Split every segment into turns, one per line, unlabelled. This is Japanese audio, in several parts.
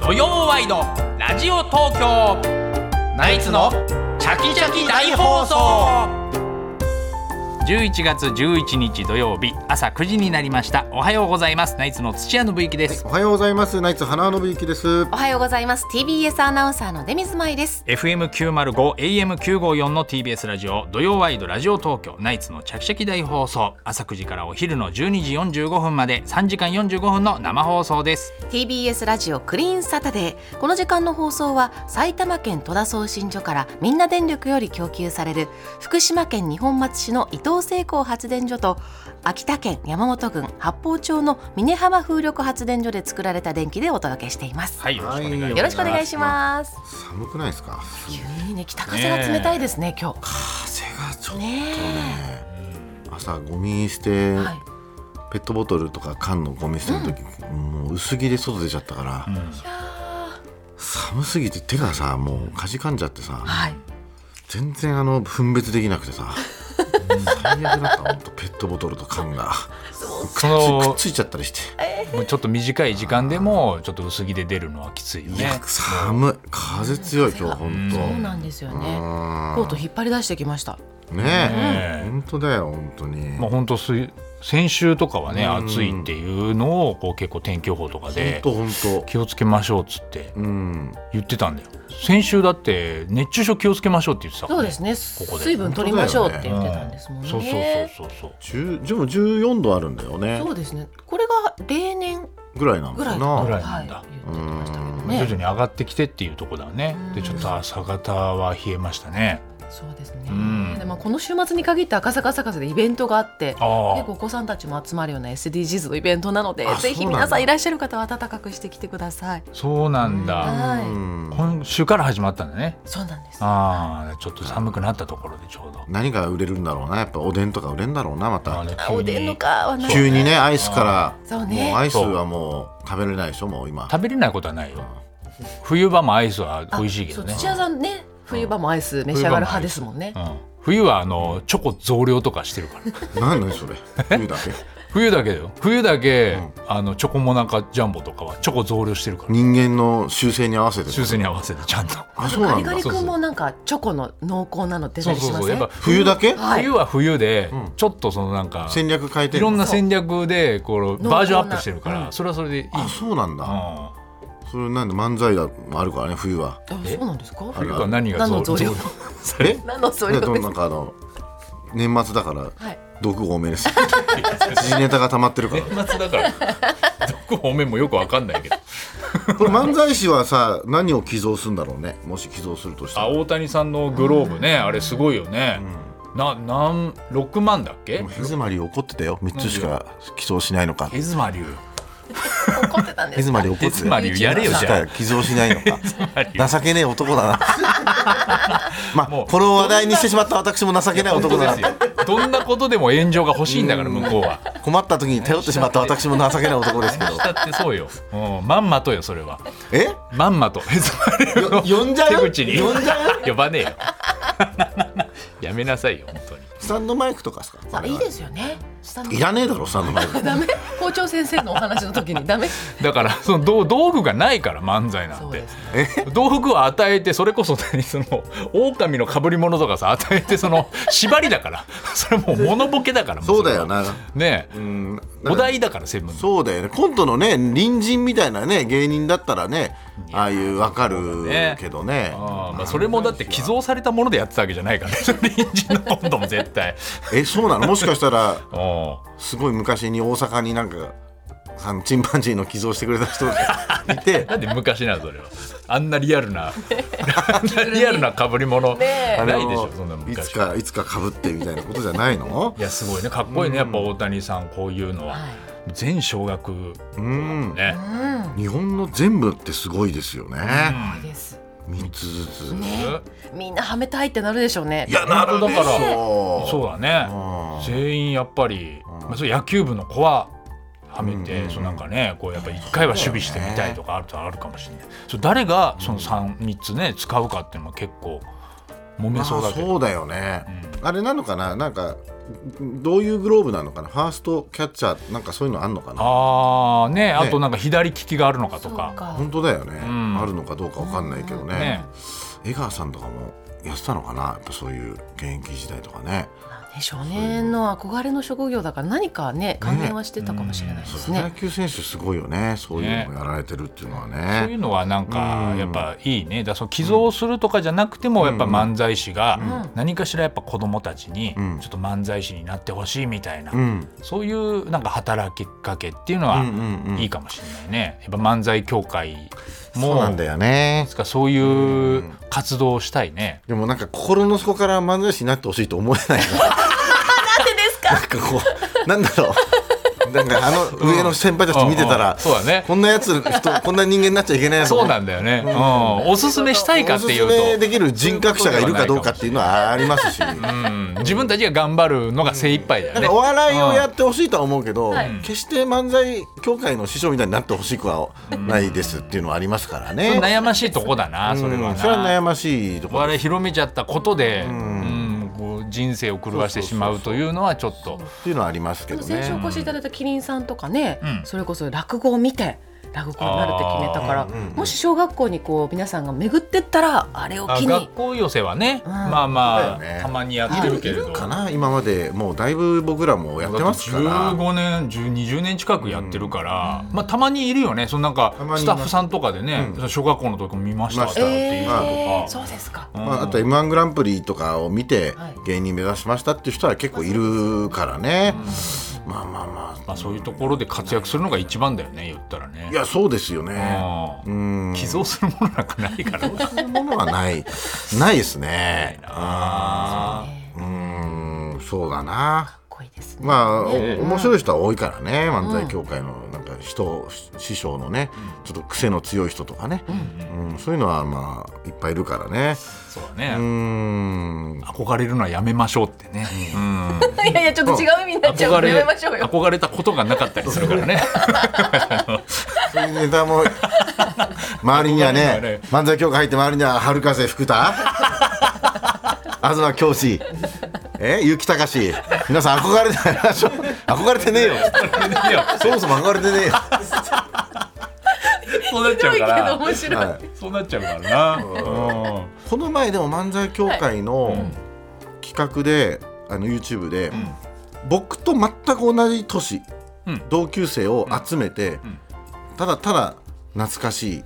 イのラジオ東京ナイツのチャキチャキ大放送11月11日土曜日朝9時になりましたおはようございますナイツの土屋信之です、
おはようございます。ナイツ花輪信之です。
おはようございます TBS アナウンサーの出水舞です
FM905 AM954 の TBS ラジオ土曜ワイドラジオ東京ナイツのチャキチャキ大放送朝9時からお昼の12時45分まで3時間45分の生放送です
TBS ラジオクリーンサタデーこの時間の放送は埼玉県戸田送信所からみんな電力より供給される福島県二本松市の伊東製鋼発電所と秋田県山本郡八方町の峰浜風力発電所で作られた電気でお届けしています、
はいよろしくお願いします
よろしくお願いします
寒くないですか。
急にね北風が冷たいですね今日
風がちょっと
ね
朝ゴミ捨て、
えはい
ペットボトルとか缶のゴミ捨ての時、もう薄着で外出ちゃったから、寒すぎて手がさもうかじかんじゃってさ、
はい
全然あの分別できなくてさ。最悪だった本当ペットボトルと缶が
そ
くっ
の
ついちゃったりして、
もうちょっと短い時間でもちょっと薄着で出るのはきついよ
い
ね
や寒い風強い今日本当
そうなんですよね
う
コート引っ張り出してきました
んねえ
ええ
本当だよ本当に
まあ本当す先週とかはね
うん
暑いっていうのをこう結構天気予報とか
本
で
当本当
気をつけましょうっつって
うん、
言ってたんだよ先週だって熱中症気をつけましょうって言ってたか
そ
ら
う
ね
ですね
ここで
水分取りましょうって言ってたんですもんね、
そうそうそうそうそう
10でも14度あるんだよね
そうですね。これが例年
ぐらいなん
ぐ
だ
らい
な
ぐらい
は
なん
い、
だ
言ってましたけど
徐
ね
々。に上がってきてっていうところだね
うん
でちょっと朝方は冷えましたね
そうですね
うん。
でまあこの週末に限って赤坂サカスでイベントがあって。
あ
結構お子さんたちも集まるような SDGs のイベントなので
あ
ぜひ
そうなん
皆
だ。
さんいらっしゃる方は暖かくしてきてください
あそうなんだ
はいう
ん
今週から始まったんだね
そうなんです
ああちょっと寒くなったところでちょうど
何が売れるんだろうなやっぱおでんとか売れるんだろうなま
あ
た
れ
おでんのかはな
急にねアイスか
そう
ら
ね
もうアイスはもう食べれないでしょもう今
食べれないことはないよ冬場もアイスは美味しいけ
そ
ど
う
ね
土屋さんね冬場もアイス召し上がる派ですもんね
うん、冬はあのチョコ増量とかしてるから
何何それ冬だけ
冬だけだよ冬だけ、
うん
あのチョコモナカジャンボとかはチョコ増量してるから
人間の習性に合わせて
修正に合わせてち ゃんと
あそう
ガ
なん
リ
だ
ガリ君もなんかチョコの濃厚なの出たりしませ
やっ
ん
ぱ
冬だけ
はい
冬は冬で、
うん
ちょっとそのなんか
戦略変えて
い
る
ろんな戦略でこの
濃厚な
バージョンアップしてるから、
うん
それはそれでいい、
あそうなん
う
だ
ん、
それなんで漫才があるからね 冬は
あそうなんですか
冬は何が
何の
増
増
量
量
され
え
る
何の増
で
量
ど
で
ん
す
なん
か
かあの年末だから
はい
毒多めです時事ネタが溜まってるから
年末だから どこ方面もよくわかんないけど
これ漫才師はさ何を寄贈するんだろうねもし寄贈するとした
あ
ら
大谷さんのグローブね、あれすごいよね、ななん6万だっけ、
でもヘズマリー怒ってたよ3つしか寄贈しないのか
ヘズマリュウ
怒ってたんです
ヘズマリー怒って
ヘズマリュウやれよ
3つ
じ
し
ゃ
か寄贈しないのか
マリ
情けねえ男だなま
もう
あこれを話題にしてしまった私も情けない
本
男
当で
だ
すよ
な
どんなことでも炎上が欲しいんだから向こうは
困った時に頼ってしまった私も情けない男ですけど
だってそうよ、うん、まんまとよそれは
え
まんまとヘズマリュウの
呼んじゃう
手口に
呼んじゃう
呼ばねえよ やめなさいよ本当に
スタンドマイクとかですか
あいいですよねスタンド
いらねえだろスタンドマイク
ダメ校長先生のお話の時にダメ
だからその道道具がないから漫才な
そ
ん
う
て
ですね
道具を与えてそれこそ何その狼の被り物とかさ与えてその縛りだからそれもうモノボケだからも
そうだよな
ねえ
うん
お題だから専門
そうだよねコントのね隣人みたいなね芸人だったらねああいうわかるけどね
ああまあそれもだって寄贈されたものでやってたわけじゃないからね隣人の今度も絶対
えそうなの もしかしたら
お
すごい昔に大阪になんかあのチンパンジーの寄贈してくれ た人がいて
なんで昔なのそれはあんなリアルなあんなリアルな被り物
ねえ
あ
ない
の
でしょそんな昔
いつかいつかかぶってみたいなことじゃな いの
いやすごいねかっこいいねやっぱ大谷さんこういうのは
はい
全小学
うん
ね
うん
日本の全部ってすごいですよね
いいです
3つずつ
ねみんなはめたいってなるでしょうね
いやなるでし
だから
ょ
そうだね
うん
全員やっぱり、まあ、そう野球部の子ははめて、
うん
そうなんかねこうやっぱ1回は守備してみたいとかあるとあるかもしれないそう誰がその 3, 三つね使うかっていうのは結構揉
ま
め
あ
そうだけど、
そうだよね、あれなのかななんかどういうグローブなのかなファーストキャッチャーなんかそういうのあんのかな
ああねあとなんか左利きがあるのかと
そう
か
か
本当だよね、
ん
あるのかどうかわかんないけどね,、
ね
江川さんとかもやってたのかなやっぱそういう現役時代とかね
ね少年の憧れの職業だから何かね関連はしてたかもしれないで
そう
す
プロ野
ね。
球選手すごいよねそういうのをやられてるっていうの
そ
は
うい
ね
うのはなんか
うん
やっぱいいねだからその寄贈するとかじゃなくてもやっぱ漫才師が何かしらやっぱ子供たちにちょ
ん
っと漫才師になってほしいみたいな
うん
そういうなんか働きかけっていうの
うんうんう
は
ん
いいかもしれないねやっぱ漫才協会
そう
も
なんだよね
つかそういう活動をしたいね
でもなんか心の底から漫才師になってほしいと思えないな
なんでですか。
なんかこうなんだろうなんかあの上の先輩たち見てた
うんう
ら
んそうだね
こんなやつ人こんな人間になっちゃいけないやつ
そうなんだよねうんおすすめしたいかってい
おすすめ
うと
できる人格者がいるかどうかっていうのはありますし、なん
うん自分たちが頑張るのが精一杯だよね
かお笑いをやってほしいとは思うけど、
はい
決して漫才協会の師匠みたいになってほしくはないですっていうのはありますから
それ
ね。
悩ましいとこだなそれは
うん
な
それは悩ましいところ
我々広めちゃったことで、うんこう人生を狂わしてしまうというのはちょっと
っていうのはありますけど
先週お
ね。
越しいただいたキリンさんとかね、
うん
それこそ落語を見て落語になるって決めたから、
あ
ーうんうん
もし小学校にこう皆さんが巡ってったらあれを
あ
機に
学校寄せはね、
うん
まあまあ、
そうだよね
たまにやってるけれど
かな今までもうだいぶ僕らもやってますから。
15年10 20年近くやってるから、まあ、たまにいるよねそのなんか
たまにい
スタッ
ます
フさんとかでね、
うん
その小学校の時も見ましたって
見まし
いう人
え
とか、
ー、そうですか。
うん
まあ、あと m 1グランプリとかを見て
はい
芸人目指しましたっていう人は結構いるからね、まあまあま
まあ、そういうところで活躍するのが一番だよね言ったらね
あいやそうですよね
う
うんん
寄贈するものなんかないからな
そういうものはない、ないですね。あ
ね
ーうーん、そうだな。
かっこいいですね。
まあ、お
ええ
面白い人は多いからね、漫才協会のなんか人、師匠のね、ちょっと癖の強い人とかね、うん、そういうのはまあいっぱいいるからね。
そうだ
う
ね、
ーん、
憧れるのはやめましょうってね、うん
いやいやちょっと違う意味になっちゃう
憧
から
れ
やめましょうよ。
憧れたことがなかったりするからね
そういうネタも周りには
そうだよ
ね
ね、
漫才協会入って周りには春風福田、東教師、え、結城隆、皆さん憧れて憧れてねえよ。
いや
そもそも憧れてねえよ。
そうなっちゃう
ひど
か
いけど
ら
面白い。
はい
そうなっちゃうからな、うん
この前でも漫才協会の企画で、あの YouTube で、僕と全く同じ年、
うん
同級生を集めて、ただただ懐かしい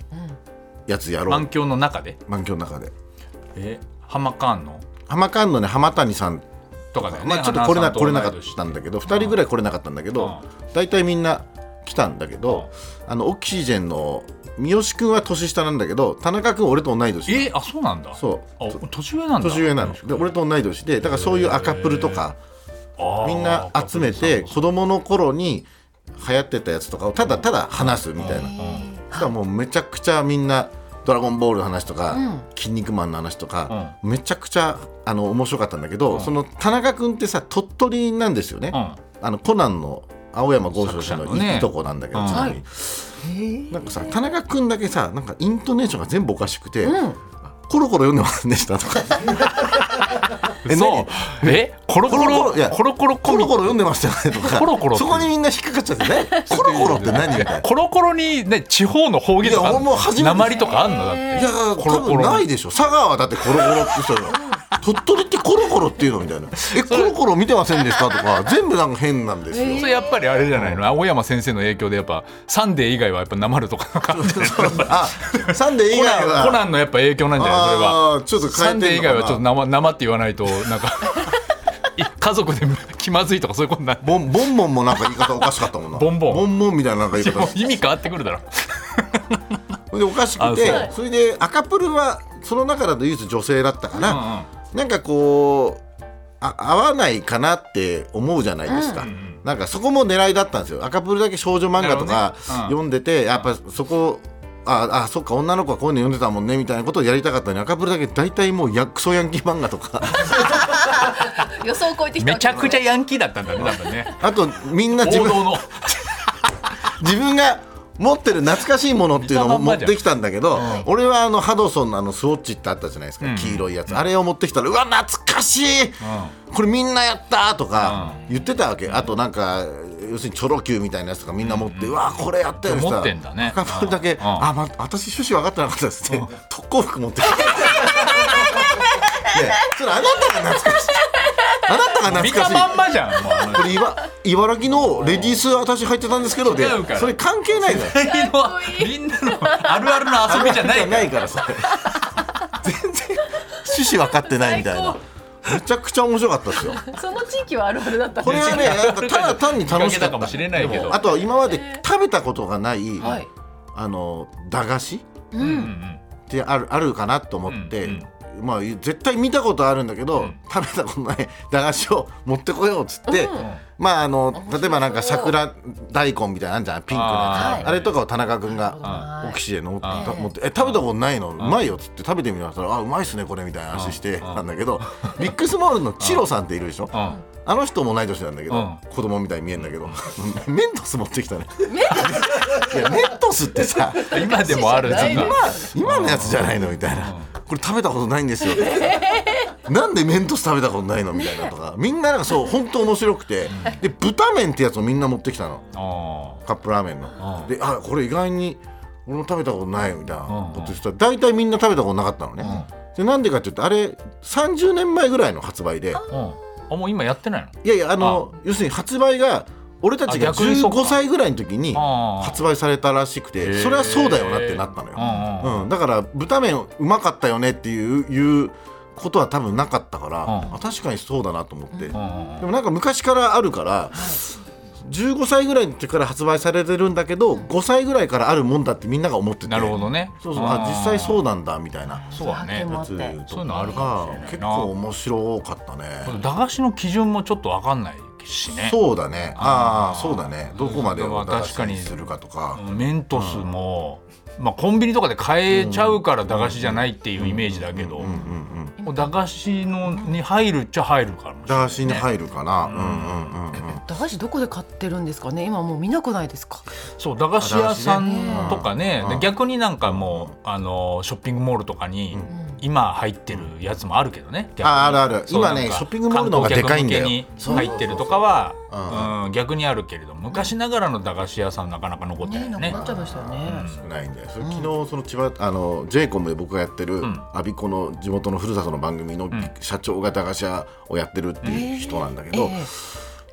やつやろう、
満響の中で
満響の中で
えハマカーンの
浜カンのね浜谷さん、
とかだよね、
まあ、ちょっと来れな来れなかったん
だ
だけど2人ぐらい来れなかったんだけど大体みんな来たんだけど、あのオキシジェンの三好君は年下なんだけど田中君俺と同い年
えあそうなんだ
そう
あ年上なんだ
年上なので俺と同い年でだからそういう赤プルとかみんな集めて子供の頃に流行ってたやつとかをただただ話すみたいなそしたらもうめちゃくちゃみんな「ドラゴンボール」の話とか
ん
「筋肉マン」の話とかめちゃくちゃあの面白かったんだけどその田中君ってさ鳥取なんですよね
うん
あのコナンの青山剛昌さん
作者の
の
ね
いいとこなんだけど
うん
ちなみになんかさ田中君だけさなんかイントネーションが全部おかしくて
うん
「コロコロ読んでませんでした」とか。え
そうえコロコロ
いや
コロコロコ
コ
ミ
ロコロ読んでましたよねとか
コロコロって
そこにみんな引っかかっちゃって ねコロコロって何みたいな
コロコロにね地方の方言と
いやもう
か
初めて
鉛とかあんのだって
いや多
コロコロ
分ないでしょ佐賀はだってコロコロってそうよ鳥取ってコロコロっていうのみたいなえコロコロ見てませんでしたとか全部なんか変なんですよ、
それやっぱりあれじゃないの青山先生の影響でやっぱサンデー以外はやっぱなまるとか感じで
あサンデー 以
コ
外
ナ
は
ンコナンのやっぱ影響なんじゃないそれ
あ
は
ーちょっと
サ
変えてん
ン
のかな
デー以外はちょっと生生って言わないとなんか い家族で気まずいとかそういうことになる
ボンボンボンもなんか言い方おかしかったもんな
ボンボン
ボンボンみたいななんか言 い方
意味変わってくるだろ
それでおかしく
あ
てそれで赤プルはその中だと唯一女性だったから、なんかこうあ合わないかなって思うじゃないですか、なんかそこも狙いだったんですよ赤プルだけ少女漫画
な
と
るほ
か
どねうん
読んでて、やっぱそこああそっか女の子はこういうの読んでたもんねみたいなことをやりたかったのに赤プルだけ大体もうやクソヤンキー漫画とか
予想を超えてきた
め
わ
ち
け
ゃ
です
く
ね。
ちゃヤンキーだったんだね多分ね
あとみんな
王
自分
道の
自分が持ってる懐かしいものっていうのを持ってきたんだけど、俺はあのハドソンのあのスウォッチってあったじゃないですか、黄色いやつ、あれを持ってきたらうわ懐かしい、これみんなやったとか言ってたわけあとなんか要するにチョロ Q みたいなやつとかみんな持って、うわーこれやったよ
持ってんだね
赤パンだけ
ん
あ、ま、私趣旨分かってなかったですね特攻服持ってきて ねえそれあなたが懐かしいあなたが
見
懐か
た
しい
まんまじゃんもうあの
これ茨茨城のレディース私入ってたんですけどで
違うから
それ関係ないから
みんなのあるあるの遊びじゃないから
ないからそれ全然趣旨分かってないみたいなめちゃくちゃ面白かったですよ
その地域はあるあるだった
これはねなんかただ単に楽しか
見かけた
っ
かも
た
しれないけど
でもあとは今まで食べたことがない、
はい
あの駄菓子っ
う
うんうんん
てあるあるかなと思って、
うん
まあ絶対見たことあるんだけど、
ん
食べたことない 駄菓子を持ってこようっつって、
ん
まああの例えばなんか桜大根みたいなのあんじゃんピンクの
あ
や
ー
つあれとかを田中君が
はい
オキシでの
あ
ー
持って「え食べたことないのうまいよ」っつって食べてみたら「あうまいっすねこれ」みたいな話して
あー
たんだけどミックスモールのチロさんっているでしょ
うんうん
あの人も同い年なんだけど
う
子供みたいに見えるんだけど メントス持ってきたねいやメントスってさ
今でもある
ない
今
で
今のやつじゃないのみたいなこれ食べたことないんですよ なんでメントス食べたことないのみたいなとかみんななんかそう本当面白くてで豚麺ってやつをみんな持ってきたの。
あ
カップラーメン
う
の
ん。
で、あ、これ意外に俺も食べたことないみたいなことしたら、大体みんな食べたことなかったのね。で、なんでかっていうと、あれ30年前ぐらいの発売で、
ーうんあもう今やってない
いやいや、あの要するに発売が俺たち
あ
が
逆にそうか
15歳ぐらいの時に
の
発売されたらしく
へー
て、それはそうだよなってなった
う
の
んうん
よ。うん、だから豚麺うまかったよねっていういうことは多分なかったから、
うん
あ確かにそうだなと思って。
うんうんうん
でもなんか昔からあるから15歳ぐらいの時から発売されてるんだけど5歳ぐらいからあるもんだってみんなが思ってて
なるほどね
そうそうあ実際そううなんだみたいな
そうだね
発見もあ
や
っ
つ
て
そ
とか
ういうのあるかもしれないな
結構面白かった
こ
ね
れ駄菓子の基準もちょっとわかんないしね
そうだねあ
あー
あそうだねどこまでを
確かに
出しするかとか
うんメントスもまあコンビニとかで買えちゃうから駄菓子じゃないっていうイメージだけど
うんうんうん
もう駄菓子のに入るっちゃ入るからもしれない
駄菓子に入るかな、うんうんうんうん
駄菓子どこで買ってるんですかね今もう見なくないですか
そう駄菓子屋さんとかね
うん
で逆になんかもうあのショッピングモールとかに今入ってるやつもあるけどね逆に
ああるある
そう
今
なん
ね
か
ショッピングモールの方がでかいんだよ
観光客向けに入ってるとかは
う
うん逆にあるけれど昔ながらの駄菓子屋さんなかなか残ってない
ね
よ
なく
ね
なっちゃいましたよね
ないんだよ。それ昨日その千葉あの J コムで僕がやってる
ん
阿鼻子の地元のふるさとの番組の社長が駄菓子屋をやってるっていう人なんだけ
え
ど、
え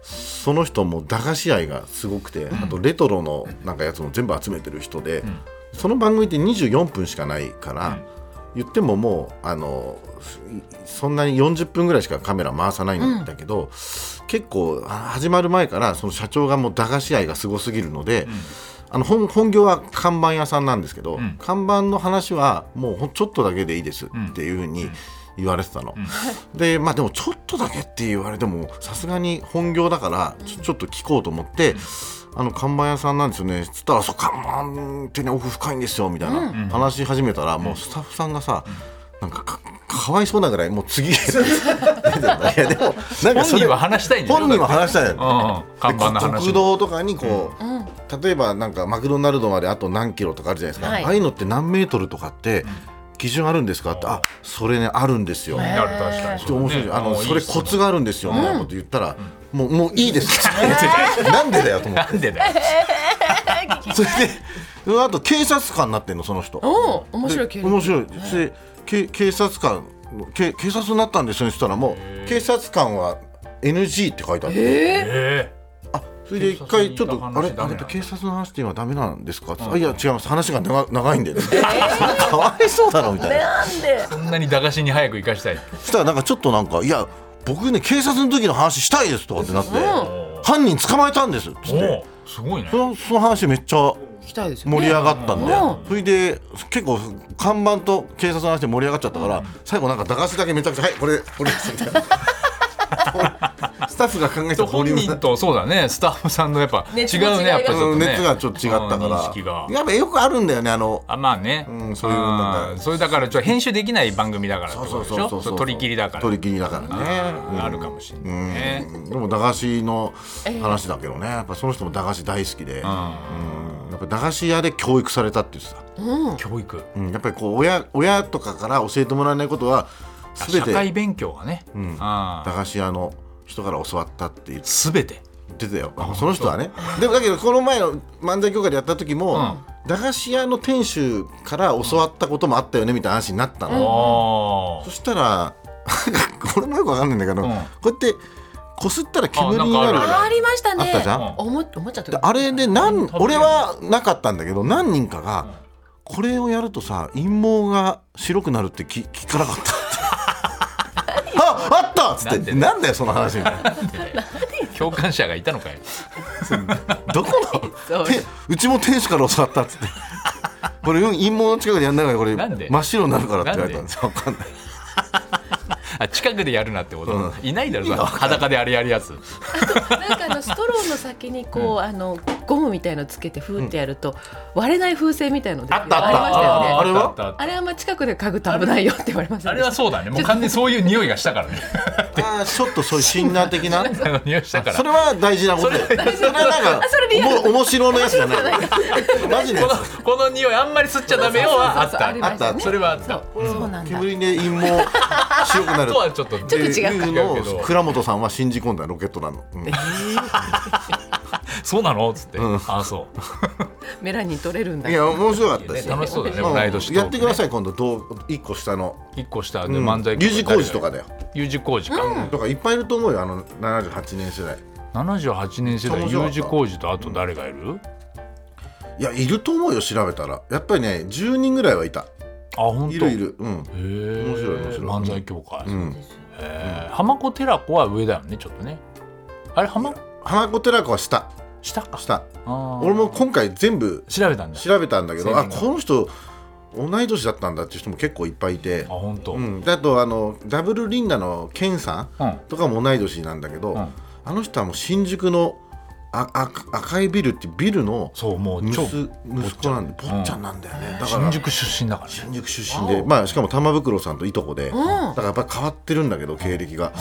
その人も駄菓子愛がすごくて、あとレトロのなんかやつも全部集めてる人で、その番組って24分しかないから、言ってももうあのそんなに40分ぐらいしかカメラ回さないんだけど、結構あ始まる前からその社長がもう駄菓子愛がすごすぎるので。あの本本業は看板屋さんなんですけど、
ん
看板の話はもうほんちょっとだけでいいですっていうふうに言われてたの、でまあでもちょっとだけって言われてもさすがに本業だからちょちょっと聞こうと思って、あの看板屋さんなんですよねつったら「そう看板ってね奥深いんですよ」みたいな話し始めたら、もうスタッフさんがさ、なんかかかわいそうなぐらいもう次へ いやでもなんか
本
そ
人
れ
は話したいんだよ
本人は話したいの
うん看板の
で
話
食
も
堂とかにこう、例えばなんかマクドナルドまであと何キロとかあるじゃないですか、
はい
ああいうのって何メートルとかって基準あるんですかってあそれねあるんですよ、
ある確かに
ちょっと面白い、あの
ね
それコツがあるんですよみたいなこと言ったら、もうもういいです、なんでだよと思っ
なんでだ よ
てそれであと警察官になってんのその人
おお面白い経
で面
歴
白いでけ警察官のけ警察になったんですよねそしたらもう警察官は NG って書いてあって、
え
それで一回ちょ
警察にい
っと
た
あ
話
れ
ダ
あ
メ
れ
なの
警察の話って今ダメなんですかって、あいや違います話が長長いんで、かわいそうだろみたいな
なんで
そんなに駄菓子に早く生かしたい
そしたらなんかちょっとなんかいや僕ね警察の時の話したいですとかってなって、犯人捕まえたんですっつって
おすごいね
そのその話めっちゃ
聞きたいですよね
盛り上がったんだよ
う、
それで結構看板と警察の話で盛り上がっちゃったから、最後なんか駄菓子だけめちゃくちゃ「はいこれこれです」みた いなスタッフが考えたボ
本
リューム
人とそうだねスタッフさんのやっぱ 違
熱
う
が違い
ねやっぱちょっと
うん
ね
熱がちょっと違った
うん認
か
識が
らやっぱよくあるんだよねあの
あまあね
うんそういうなんか
あーそれだからちょっと編集できない番組だからって
そう
こと
そう
でしょ
そうそう
そう取り切りだから
取り切りだからね
あーあるかもしれないね
うんでも駄菓子の話だけどねやっぱその人も駄菓子大好きで、うんやっぱ駄菓子屋で教育されたって言ってた、
教育
うん、やっぱりこう親親とかから教えてもらえないことは
あ
全
社
て
会勉強がね
ん
あ
駄菓子屋の人から教わったって言って
ー全て
出てたよその人はねでもだけどこの前の漫才協会でやった時も、駄菓子屋の店主から教わったこともあったよねみたいな話になったの、
あ
そしたら これもよくわかんないんだけど、
うん
こうやってこすったら煙にな
あ
る
なんか
ありましたね
あったじゃん
おもおもちゃと
で
か
あれでな
食
ん
べれ
俺
る
はなかったんだけど何人かが、これをやるとさ陰毛が白くなるって聞聞かなかっ たってああったっつってな
なんんで
だよその話みたいな
あ共感者がいたのかい
どこ
そう
のてうちも店主から教わったっつってこれ陰毛の近くでやんないからこれ
なんで
真っ白になるからって言われたんですよ分かんない
あ近くでやるなってこと、
うん
いないだろそんな裸であれやるやつ
なんかあのストローの先にこう、あのゴムみたいのつけてふーってやると、割れない風船みたいのできる
あったあった
りましたよね
ああれは
あ
あれあんま近くで嗅ぐと危ないよって言われました
あれはそうだねもう完全にそういう匂いがしたから ね
あーちょっとそういうシンナー 的な
あの匂いしたから
それは大事なことだよそれはなんか
あそれリアル
おも面白のやつじゃない マジのやつ
このこの匂いあんまり吸っちゃダメよはあ
そうそう
っ
そう
た
ありました
あった
ね
それはあった
そうそうなんだ
煙で陰毛白くなる
とはちょっと
ちょっと
って
違うか
いうのを倉本さんは信じ込んだロケットなの、うん
そうなのっつって、
うん
あそう
メラニン取れるんだ
いや面白かった
いや楽しそうだね
ん
同い年と
やってください今度どう一個下の
一個下で
うん
漫才
U 字工事とかだよ
U 字工事か、
とかいっぱいいると思うよあの78年世代
78年世代
面白か
U
った
字工事とあと誰がいる、あ
いやいると思うよ調べたらやっぱりね10人ぐらいはいた
本当
いるいるうん
へえ
面白い面白い
漫才協会、
うん
えー、浜子寺子は上だよねちょっとねあれ浜
花子寺子は下
下か
下
あー
俺も今回全部
調べたんだ
調べたんだけどあ
生年
この人同い年だったんだっていう人も結構いっぱいいて
あ本当、
うん、であとあのダブルリンダのケンさん
うん
とかも同い年なんだけど、
うん
あの人はもう新宿のああ赤いビルってビルの
そうもう
息
超
息子なんで坊
ゃん
っちゃんなんだよね、だから
新
新宿
宿出身だからね
出身で、まあ、しかも玉袋さんといとこで、だからやっぱり変わってるんだけど経歴が、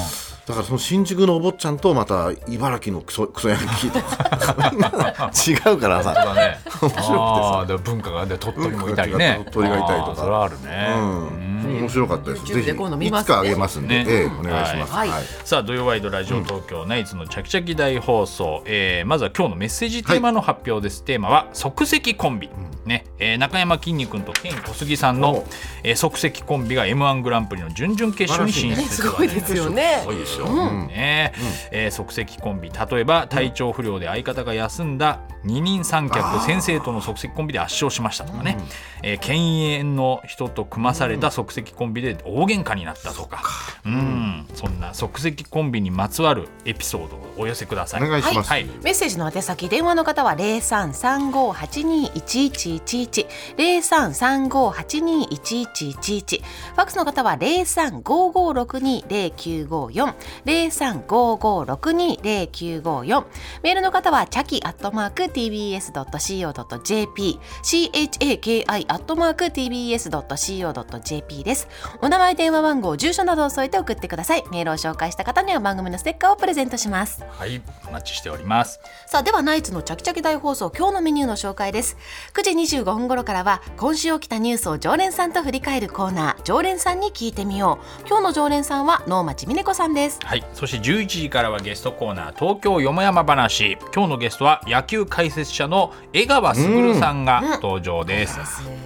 だからその新宿のお坊ちゃんとまた茨城のクソクソヤンキーと か違うからさ。
だ ね。面白くてさ、で文化がで鳥取もいたりね
文、化が違う鳥取がいたりとか
あーそれはある
う
ね。
ん、面白かったです。
YouTube
ぜひ
で今度見
い
ます
つかあげますんで、
ね
ええお願いします。
はい
はい
さあ土曜ワイドラジオ東京ナイツのチャキチャキ大放送、えーまずは今日のメッセージテーマの発表です、テーマは即席コンビ、ねえー中山きんに君とケン小杉さんの、えー即席コンビが m 1グランプリの準々決勝に進出
ねすごいですよね
すごいですよ、ねえー即席コンビ例えば体調不良で相方が休んだ二人三脚先生との即席コンビで圧勝しましたとかね、えー犬猿の人と組まされた即席コンビで大喧嘩になったとか,、うんそんな即席コンビにまつわるエピソードをお寄せください。
お願いします
はい
メッセージの宛先電話の方は零三三五八二一一一一零三三五八二一一一一ファックスの方は零三五五六二零九五四零三五五六二零九五四メールの方はチャキアットマーク tbs ドット co ドット jp c h a k i アットマーク tbs ドット co ドット jp です。お名前電話番号住所などを添えて送ってください。メールを紹介した方には番組のステッカーをプレゼントします。
はい、お待ちしております。
さあではナイツのチャキチャキ大放送今日のメニューの紹介です9時25分頃からは今週起きたニュースを常連さんと振り返るコーナー常連さんに聞いてみよう今日の常連さんは能町美ね子さんです
はい、そして11時からはゲストコーナー東京よもやま話今日のゲストは野球解説者の江川卓さんが登場です、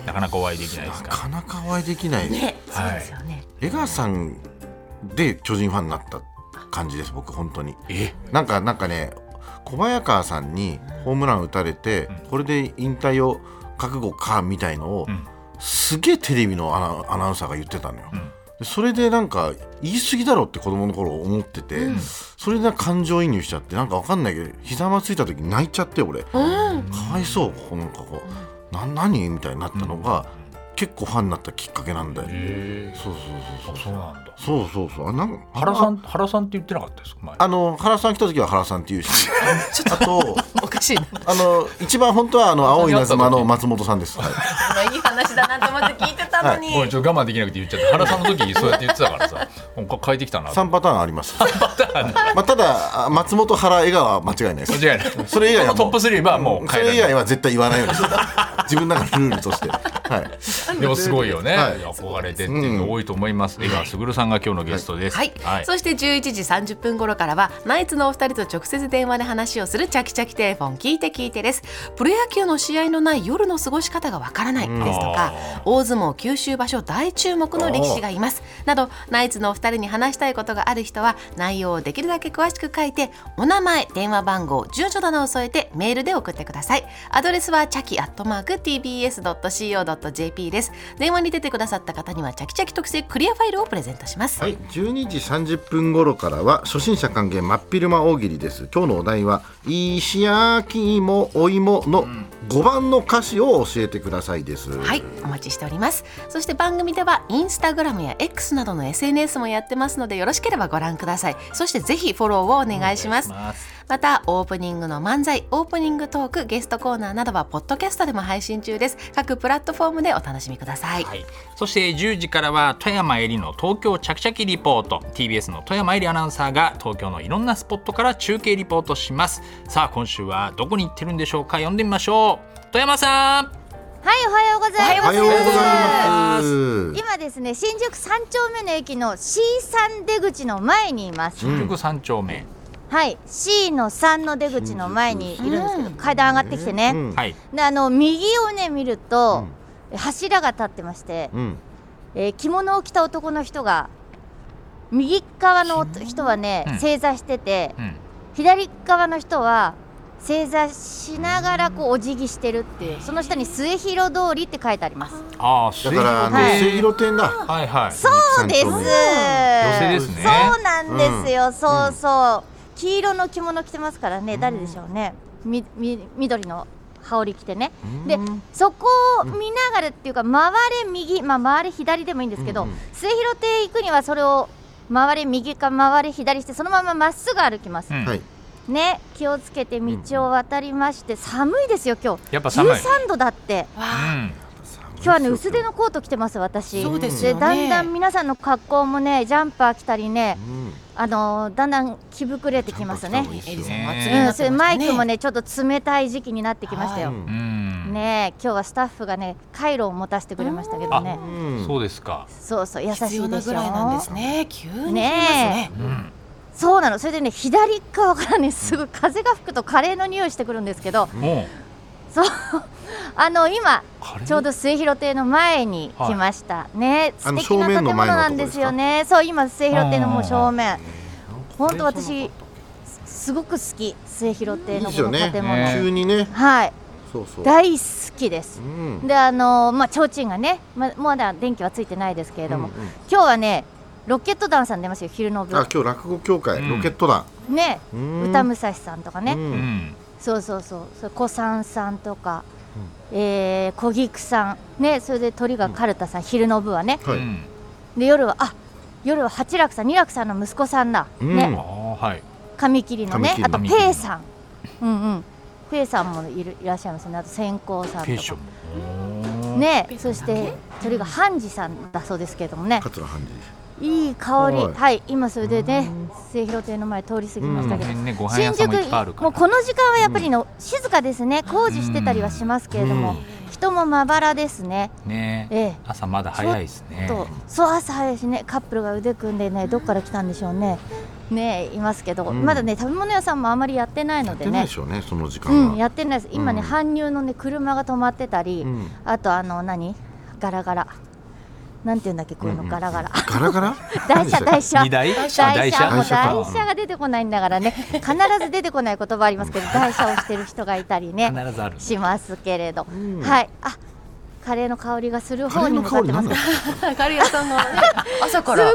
なかなかお会いできないです
な
か
かなかお会いできない。
ね
はい
よね、
江川さんで巨人ファンになった感じです僕本当に
え
なんかなんかね小早川さんにホームラン打たれて、これで引退を覚悟かみたいのを、
ん
すげえテレビのアナアナウンサーが言ってたのよ、
ん
でそれでなんか言い過ぎだろって子供の頃思ってて、それで感情移入しちゃってなんかわかんないけどひざまついた時泣いちゃって俺、かわいそうこの子こうな何みたいになったのが、結構ファンになったきっかけなんだよ、
え
そうそうそうそう
そうなんだ
そうそうそう。あなん
原さん原さんって言ってなかったですか前
あの原さん来た時は原さんっていうし、あと
おかしいな
あの一番本当はあの青い稲妻の松本さんです。はい。
今いい話だなと思って聞いてたのに、
ごめんちょっと我慢できなくて言っちゃった原さんの時そうやって言ってたから さもう変えてきたなと
三パターンあります。まあただあ松本原江川は間違いない です。
間違いない
それ以外は
ト
も
ッ
う
プ3はもう
そ
変えら
れ以
れない
外は絶対言わないようにしてる。自分の中のルールとして。はい
でもすごいよね、
はい
憧れてっていうの多いと思います、江川卓さんが今日のゲストです、
はい、そして11時30分頃からはナイツのお二人と直接電話で話をするチャキチャキテレフォン聞いて聞いてですプロ野球の試合のない夜の過ごし方がわからないですとか、大相撲九州場所大注目の力士がいますなどナイツのお二人に話したいことがある人は内容をできるだけ詳しく書いてお名前電話番号住所などを添えてメールで送ってくださいアドレスはチャキアットマーク TBS.CO.JP です電話に出てくださった方にはチャキチャキ特製クリアファイルをプレゼントします、
はい、12時30分頃からは初心者歓迎真っ昼間大喜利です今日のお題は「石焼き芋お芋」の5番の歌詞を教えてくださいです、
はい、お待ちしております。そして番組ではインスタグラムや X などの SNS もやってますのでよろしければご覧ください。そしてぜひフォローをお願いします。またオープニングの漫才、オープニングトーク、ゲストコーナーなどはポッドキャストでも配信中です。各プラットフォームでお楽しみください。
はい、そして10時からは富山えりの東京ちゃきちゃきリポート TBS の富山えりアナウンサーが東京のいろんなスポットから中継リポートしますさあ今週はどこに行ってるんでしょうか呼んでみましょう富山さん
はい、おはようござい
お
ま
は
す。
ようございます
今ですね、新宿三丁目の駅の C 3出口の前にいます。
新宿三丁目、
はい、C の3の出口の前にいるんですけど、階段上がってきてね。
うん
はい
で、あの右をね見ると、柱が立ってまして、
うん
えー着物を着た男の人が右側の人はね、
うん
正座してて、
うん
左側の人は正座しながらこうお辞儀してるっていう、その下に末広通りって書いてあります。
ああ
だからあの
はい
末広店だ
はいはい
そうです。
三丁目
寄せで
寄
すね
そうなんですよ。そうそう。黄色の着物着てますからね。誰でしょうね。みみ緑の羽織着てね。で、そこを見ながらっていうか、回れ右、まあ回れ左でもいいんですけ
う
ど
んうん、
末広亭行くにはそれを回れ右か回れ左して、そのまままっすぐ歩きます
う。ん
はい
ね、気をつけて道を渡りまして、寒いですよ今日。
やっぱ寒い
13度だって。
うん
今日はね薄手のコート着てます私。
そうですよ
で
ね。
だんだん皆さんの格好もねジャンパー着たりね、
うん
あのーだんだん着膨れてきますね。
エリさん
ね
も暑い
うん、
な
それマイクもねちょっと冷たい時期になってきましたよ。
うん
うん
ねえ今日はスタッフがねカイロを持たせてくれましたけどね
う。
そ
ん
うですか
そうそう優しいで
必
し
要
ょ。
なぐらいなんですね。急に来ます
ね
ね。
うん
そうなの。それでね左側からねすぐ風が吹くとカレーの匂いしてくるんですけど、
もう
そうあの今
カレー
ちょうど末広亭の前に来ました、ね
あ
素
の
敵な建物なんですよねそう今末広亭のもう正面本当私すごく好き末広亭
いい
の
です
こ
よ
の
ね
建物、
ね
急にね
はい
そうそう
大好きです
う、ん
であのーまあ提灯がねままだ電気はついてないですけれども、
うんうん
今日はねロケット団さん出ますよ昼の部
あ今日落語協会
うん
ロケット団
ね
うん
歌武蔵さんとかね、
う
うんん
そうそうそうそれ小さんさんとか、えー小菊さんねそれで鳥がカルタさん、昼の部はね
はい
うん
で夜はあ夜は八楽さん二楽さんの息子さんだ、
うん
あ
ね
ーはい
神切りの
神
ねあ
切り
と
の
ペイさんうんうんペイさんもいるいらっしゃいますねあと線香さん
ペー
と
ショ
か
ン
ねそして鳥が半次さんだそうですけれどもね
桂半次
いい香り
はい
はい今それでね末広亭の前通り過ぎましたけど、
辺ねご飯屋さ
新
ん
宿
もいっぱいあるか
も
ら
うこの時間はやっぱりの、静かですね工事してたりはしますけれども、
うん
人もまばらですね
ね
ええ
朝まだ早いですね
とそう朝早いしねカップルが腕組んでねどっから来たんでしょうねねいますけど、
うん
まだね食べ物屋さんもあまりやってない
や
の
っ
で
てない
ね
でしょうねその時間は
うんやってないです今ね、
うん
搬入のね車が止まってたり、
うん
あとあの何ガラガラなんていうんだっけこういう
う
の、
んうん
ガラガラ
ガラガ ラ
台車台車
二台
台車
台車
もう
台車か
台車が出てこないんだからね必ず出てこない言葉ありますけど台車をしてる人がいた りね
必ずある
しますけれど、
ん
はいあカレーの香りがする
カレ
方
ー
に
の
向か
香
って
り
ま
なん
す
だ
す
カレー屋さんがね朝か
ごい
ら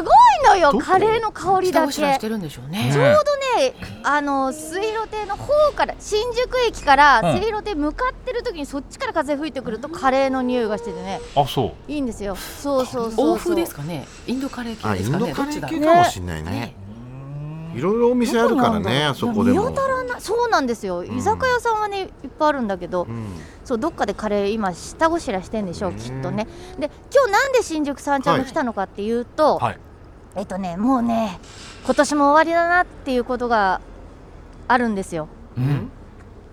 のよ
どこ
カレーの香り
下
だ
ごしらえし
け
てるんでしょうね。
ね
ちょうどね、あの水路亭の方から新宿駅から
うん
水路亭向かってる時にそっちから風吹いてくるとカレーの匂いがしててね
あそ
いいんですよ。そうそうそうそう。
欧風ですかね。インドカレー
あ
系で
イ
す
ン
か
ド
ね。
カレー系
どっち
か
だ
もしんないねいろいろお店あるからねあそこで
見
も
当たらない。そうなんですよ。居酒屋さんはねいっぱいあるんだけど、
うん
そうどっかでカレー今下ごしらえしてんでしょう
ね
きっとね。で今日なんで新宿三丁目来たのかっていうと、
うはい
えっとねもうね今年も終わりだなっていうことがあるんですよ。
うん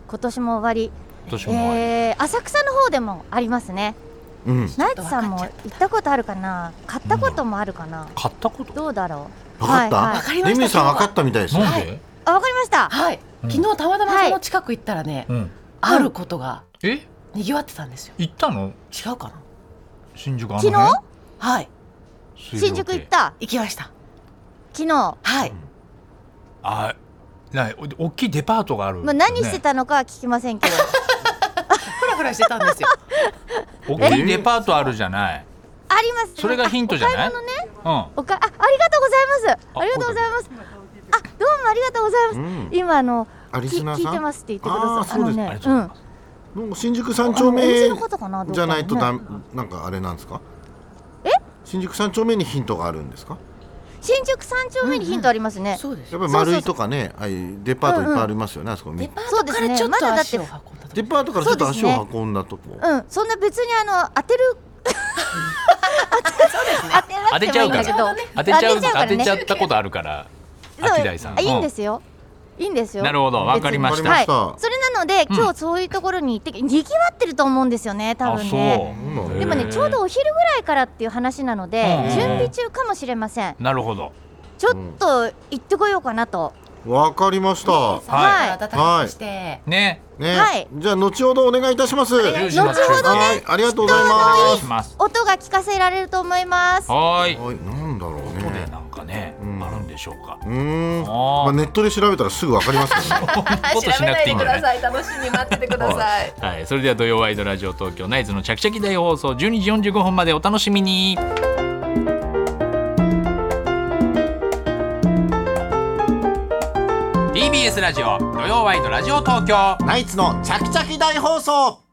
今年も終わり。
年も終わり
えー、浅草の方でもありますね。
うん
ナイツさんも行ったことあるかな買ったこともあるかな
買ったこと
どうだろう
分かった、
はいはい
わかりまし
レ
た
ミさん分かったみたいですね
なんで、
あわかりました
はい、
うん
昨日たまたまその近く行ったらね、
うん、
あることが
え
賑わってたんですよ
行ったの
違うかな
新宿あの
昨日
はい
日
新宿行った
行きました
昨日
はい、
あないお大きいデパートがある、
まあ何してたのかは聞きません けど
ふらふらしてたんですよ
ね大きいデパートあるじゃない
あります
それがヒントじゃない
あお買い物ね
うん
おかあありがとうございます
あ
ありがとうございますあどうもありがとうございます、
うん
今あの
あリ
き
スナー
聞
さ
い
ん
てますって言ってくださ
あ
い
ーそうです
あり
ね
がと
う
うんござ
あ
います、
もう新宿三
の
丁
お店
目
のことかなどうか
じゃないとダ
ね
メなんかあれなんですか新宿三丁目にヒントがあるんですか
新宿三丁目にヒントありますね、
そうです
やっ
よ
ぱり丸いとかねああいうデパートいっぱいありますよね、あそこ
デ
デ
パートからちょっ
そうですねま
と
だだっ
足
て
を運んだとこ、
パートからちょっと足
そ
を
う
運んだとこ、
うん、そんな別にあの当てる当てなくてもいいんだけど
当てちゃう
から
当て
ね
ちゃったことあるから
そう
秋大さん
あいいんですよ、いいんですよ
なるほどわかりました
はい、
わかりました
それなので
うん
今日そういうところに行って、にぎわってると思うんですよね多分ね
あそううん
でもねちょうどお昼ぐらいからっていう話なので
うん
準備中かもしれません
なるほど
ちょっと行ってこようかなと
わかりました
さあ暖かくして、
ね
ね、
はい
じゃあ後ほどお願いいたします
願い
は
します
後ほど
いありがとうござい
お願
ま
いし
す
ます
音が聞かせられると思います
はーい
はいなんだろう
音で
ね
なんかね、
うん
あるんでしょうか
うーん
あー
まあネットで調べたらすぐわかりますけどね
もっとしなくていいんじゃない
さい楽しみに待っててください
はい、それでは土曜ワイドラジオ東京ナイツのチャキチャキ大放送12時45分までお楽しみに「TBS ラジオ土曜ワイドラジオ東京」
ナイツのチャキチャキ大放送